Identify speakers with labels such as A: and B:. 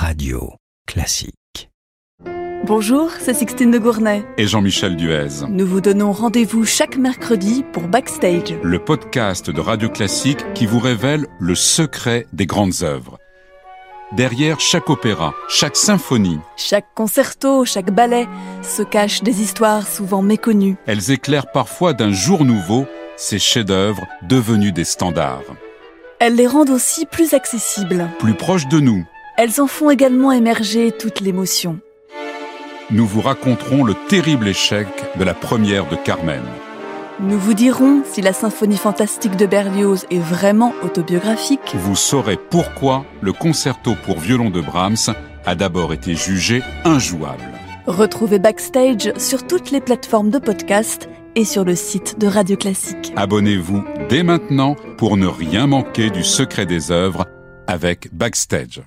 A: Radio Classique.
B: Bonjour, c'est Sixtine de Gournay.
C: et Jean-Michel Duez.
B: Nous vous donnons rendez-vous chaque mercredi pour Backstage.
C: Le podcast de Radio Classique qui vous révèle le secret des grandes œuvres. Derrière chaque opéra, chaque symphonie,
B: Chaque concerto, chaque ballet se cachent des histoires souvent méconnues.
C: elles éclairent parfois d'un jour nouveau ces chefs-d'œuvre devenus des standards.
B: Elles les rendent aussi plus accessibles.
C: Plus proches de nous,
B: Elles en font également émerger toute l'émotion.
C: nous vous raconterons le terrible échec de la première de Carmen.
B: Nous vous dirons si la symphonie fantastique de Berlioz est vraiment autobiographique,
C: Vous saurez pourquoi le concerto pour violon de Brahms a d'abord été jugé injouable.
B: retrouvez Backstage sur toutes les plateformes de podcast et sur le site de Radio Classique.
C: Abonnez-vous dès maintenant pour ne rien manquer du secret des œuvres avec Backstage.